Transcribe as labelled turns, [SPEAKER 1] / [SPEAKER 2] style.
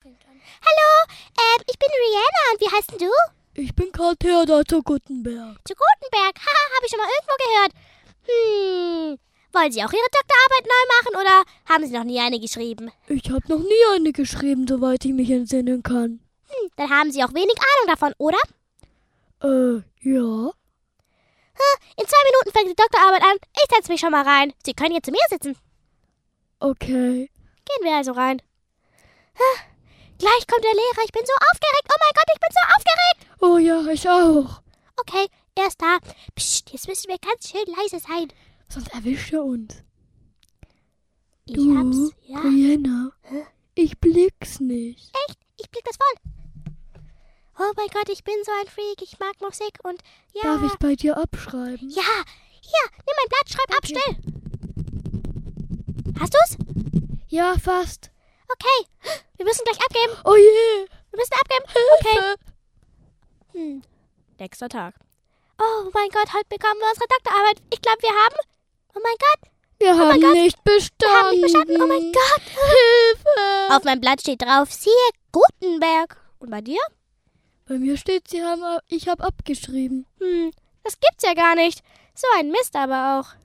[SPEAKER 1] fängt an.
[SPEAKER 2] Hallo, ähm, ich bin Rihanna und wie heißt denn du?
[SPEAKER 3] Ich bin Karl Theodor zu Guttenberg.
[SPEAKER 2] Zu Gutenberg. Haha, habe ich schon mal irgendwo gehört. Hm. Wollen Sie auch Ihre Doktorarbeit neu machen oder haben Sie noch nie eine geschrieben?
[SPEAKER 3] Ich habe noch nie eine geschrieben, soweit ich mich entsinnen kann.
[SPEAKER 2] Hm, Dann haben Sie auch wenig Ahnung davon, oder?
[SPEAKER 3] Äh, ja.
[SPEAKER 2] In zwei Minuten fängt die Doktorarbeit an. Ich setze mich schon mal rein. Sie können hier zu mir sitzen.
[SPEAKER 3] Okay.
[SPEAKER 2] Gehen wir also rein. Ah, Gleich kommt der Lehrer. Ich bin so aufgeregt. Oh mein Gott, ich bin so aufgeregt.
[SPEAKER 3] Oh ja, ich auch.
[SPEAKER 2] Okay, er ist da. Psst, jetzt müssen wir ganz schön leise sein.
[SPEAKER 3] Sonst erwischt er uns.
[SPEAKER 2] Ich
[SPEAKER 3] Du,
[SPEAKER 2] hab's. Ja,
[SPEAKER 3] Rihanna. Ich blick's nicht.
[SPEAKER 2] ich blick das voll. Oh mein Gott, ich bin so ein Freak. Ich mag Musik und ja.
[SPEAKER 3] Darf ich bei dir abschreiben?
[SPEAKER 2] Ja, hier, nimm mein Blatt, schreib ab, schnell. Hast du's?
[SPEAKER 3] Ja, fast.
[SPEAKER 2] Okay. Wir müssen gleich abgeben.
[SPEAKER 3] Oh je.
[SPEAKER 2] Wir müssen abgeben. Okay.
[SPEAKER 3] Hilfe.
[SPEAKER 2] Hm. Nächster Tag. Oh mein Gott, heute bekommen wir unsere Doktorarbeit. Ich glaube, wir haben. Oh mein Gott,
[SPEAKER 3] Wir haben
[SPEAKER 2] Gott.
[SPEAKER 3] nicht bestanden.
[SPEAKER 2] wir haben nicht bestanden. Oh mein Gott.
[SPEAKER 3] Hilfe.
[SPEAKER 2] Auf meinem Blatt steht drauf, siehe Gutenberg. Und bei dir?
[SPEAKER 3] Bei mir steht, sie haben, ab- ich habe abgeschrieben.
[SPEAKER 2] Hm, das gibt's ja gar nicht. So ein Mist aber auch.